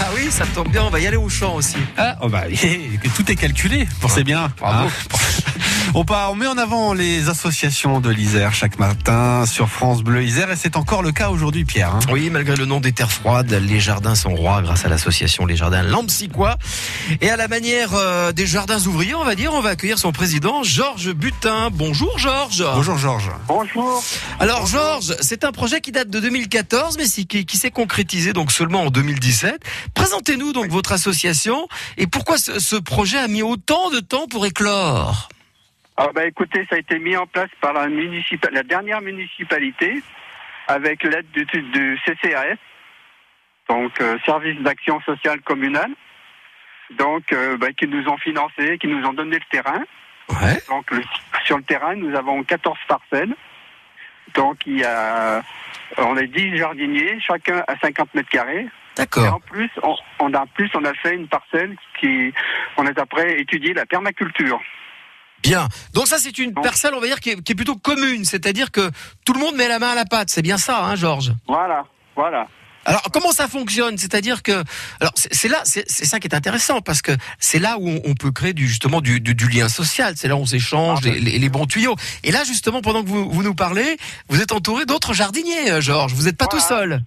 Ah oui, ça tombe bien, on va y aller au champ aussi. Ah, oh bah, tout est calculé, pensez bien. Bravo. hein. On, part, on met en avant les associations de l'Isère chaque matin sur France Bleu Isère et c'est encore le cas aujourd'hui Pierre. hein. Oui, malgré le nom des terres froides, les jardins sont rois grâce à l'association Les Jardins Lampsicois. Et à la manière euh, des jardins ouvriers, on va dire, on va accueillir son président, Georges Butin. Bonjour Georges. Bonjour Georges. Bonjour. Alors Georges, c'est un projet qui date de 2014, mais si- qui, qui s'est concrétisé donc seulement en 2017. Présentez-nous donc votre association et pourquoi ce, ce projet a mis autant de temps pour éclore. Alors, bah, écoutez, ça a été mis en place par la, municipa- la dernière municipalité avec l'aide du, du CCAS, donc euh, Service d'action sociale communale, donc euh, bah, qui nous ont financé, qui nous ont donné le terrain. Ouais. Donc le- sur le terrain, nous avons 14 parcelles. Donc il y a, on est 10 jardiniers, chacun à 50 mètres carrés. Et D'accord. en plus, on, on a en plus, on a fait une parcelle qui, on a après étudié la permaculture. Bien. Donc ça c'est une Donc- parcelle, on va dire, qui est, qui est plutôt commune, c'est-à-dire que tout le monde met la main à la pâte. C'est bien ça, hein, Georges. Voilà, voilà. Alors comment ça fonctionne C'est-à-dire que alors c'est c'est là c'est c'est ça qui est intéressant parce que c'est là où on, on peut créer du justement du, du- du lien social. C'est là où on s'échange Ah, les, les- les bons tuyaux. Et là justement pendant que vous, vous nous parlez, vous êtes entouré d'autres jardiniers, euh, Georges. Vous n'êtes pas Voilà. tout seul.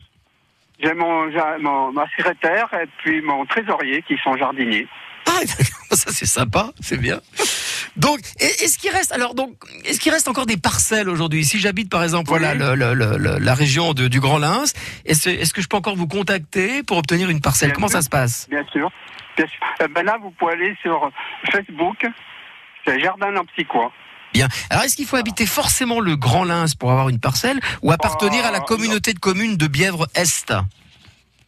J'ai mon, ja- mon- ma secrétaire et puis mon trésorier qui sont jardiniers. Ah ça c'est sympa, c'est bien. Donc et- est-ce qu'il reste alors donc est-ce qu'il reste encore des parcelles aujourd'hui Si j'habite par exemple Oui. voilà le- le- le- le- la région de- du Grand Lins, est-ce est-ce que je peux encore vous contacter pour obtenir une parcelle Bien Comment sûr. ça se passe Bien sûr. Bien sûr. Euh, ben là, vous pouvez aller sur Facebook, c'est Jardin Lampsicois. Bien. Alors, est-ce qu'il Ah. faut habiter forcément le Grand Lins pour avoir une parcelle ou appartenir à la Oh, communauté de communes de Bièvre-Est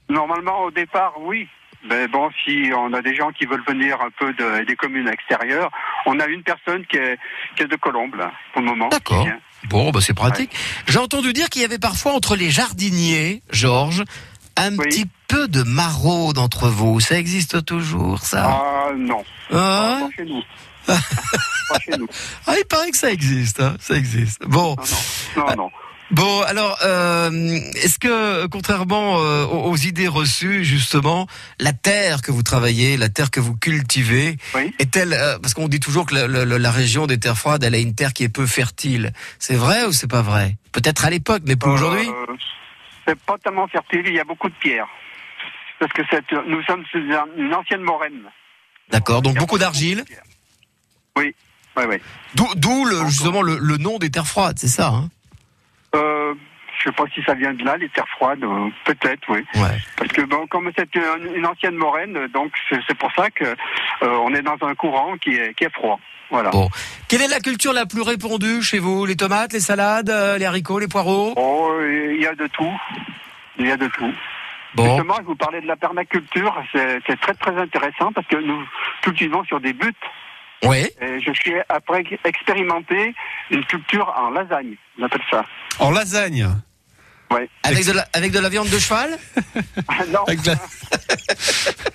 Normalement, au départ, oui. Mais bon, si on a des gens qui veulent venir un peu de- des communes extérieures, on a une personne qui est, qui est de Colombes, là, pour le moment. D'accord. Qui vient. Bon, bah, c'est pratique. J'ai entendu dire qu'il y avait parfois entre les jardiniers, Georges, un Oui. petit peu de maraude entre vous. Ça existe toujours, ça Ah, non. Ah, Pas chez nous. Pas chez nous. ah, il paraît que ça existe, hein, ça existe. Bon, Non, non. non, non. bon. Alors, euh, est-ce que, contrairement euh, aux aux idées reçues, justement, la terre que vous travaillez, la terre que vous cultivez, Oui. Est-elle euh, parce qu'on dit toujours que la, la- la région des terres froides, elle a une terre qui est peu fertile. C'est vrai ou c'est pas vrai Peut-être à l'époque, mais plus aujourd'hui. Euh, C'est pas tellement fertile, il y a beaucoup de pierres. Parce que c'est, nous sommes sous un- une ancienne moraine. D'accord. Il Donc y a beaucoup d'argile. de pierres. Oui, oui, oui. D'où, d'où le, Encore. justement le, le nom des terres froides, c'est ça hein Euh, je sais pas si ça vient de là, les terres froides, euh, peut-être, oui. Ouais. Parce que bon, comme c'est une, une ancienne moraine, euh, donc c'est, c'est pour ça que euh, on est dans un courant qui est, qui est froid. Voilà. Bon. Quelle est la culture la plus répandue chez vous Les tomates, les salades, euh, les haricots, les poireaux Oh, il y a de tout. Il y a de tout. Bon. Justement, je vous parlais de la permaculture. C'est, c'est très très intéressant parce que nous cultivons sur des buttes. Ouais. Et je suis après expérimenté une culture en lasagne, on appelle ça. En lasagne. Avec de la, avec de la viande de cheval Ah, non, Avec la-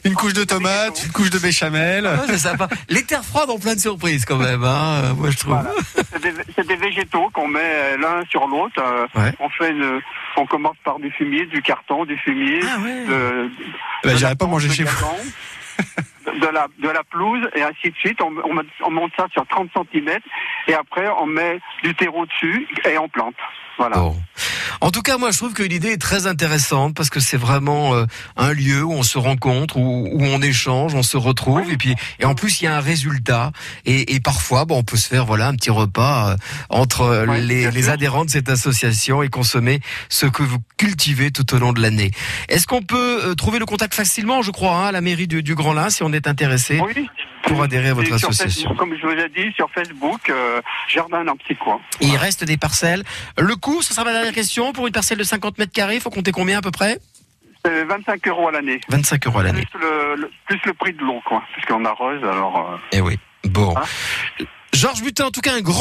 une couche de tomate, une couche de béchamel. Ouais, C'est sympa. Les terres froides ont plein de surprises quand même. Hein, euh, moi je trouve. Voilà. c'est des, c'est des végétaux qu'on met euh, l'un sur l'autre. Euh, Ouais. On fait, une- on commence par du fumier, du carton, du fumier, Ah ouais. de, Bah, de j'irai la pas plante, manger de chez vous. gazon, De la, de la pelouse et ainsi de suite. On, on met- on monte ça sur 30 cm et après on met du terreau dessus et on plante. Voilà. Bon. En tout cas, moi, je trouve que l'idée est très intéressante parce que c'est vraiment euh, un lieu où on se rencontre, où, où on échange, on se retrouve, et puis et en plus il y a un résultat. Et, et parfois, bon, on peut se faire voilà un petit repas euh, entre euh, Ouais, les, bien les sûr. adhérents de cette association et consommer ce que vous cultivez tout au long de l'année. Est-ce qu'on peut euh, trouver le contact facilement, je crois, hein, à la mairie du, du Grand Lin, si on est intéressé Oui. pour adhérer à votre Et sur association Facebook, comme je vous ai dit, sur Facebook, euh, Jardin Lampsicois. Et Il reste des parcelles. Le coût, ce sera ma dernière question. Pour une parcelle de 50 mètres carrés, faut compter combien à peu près C'est 25 Euh, euros à l'année. 25 euros à l'année. Plus le, le- plus le prix de l'eau, quoi. Parce qu'on arrose, alors. euh, Eh oui. Bon. Hein Georges Butin, en tout cas, un grand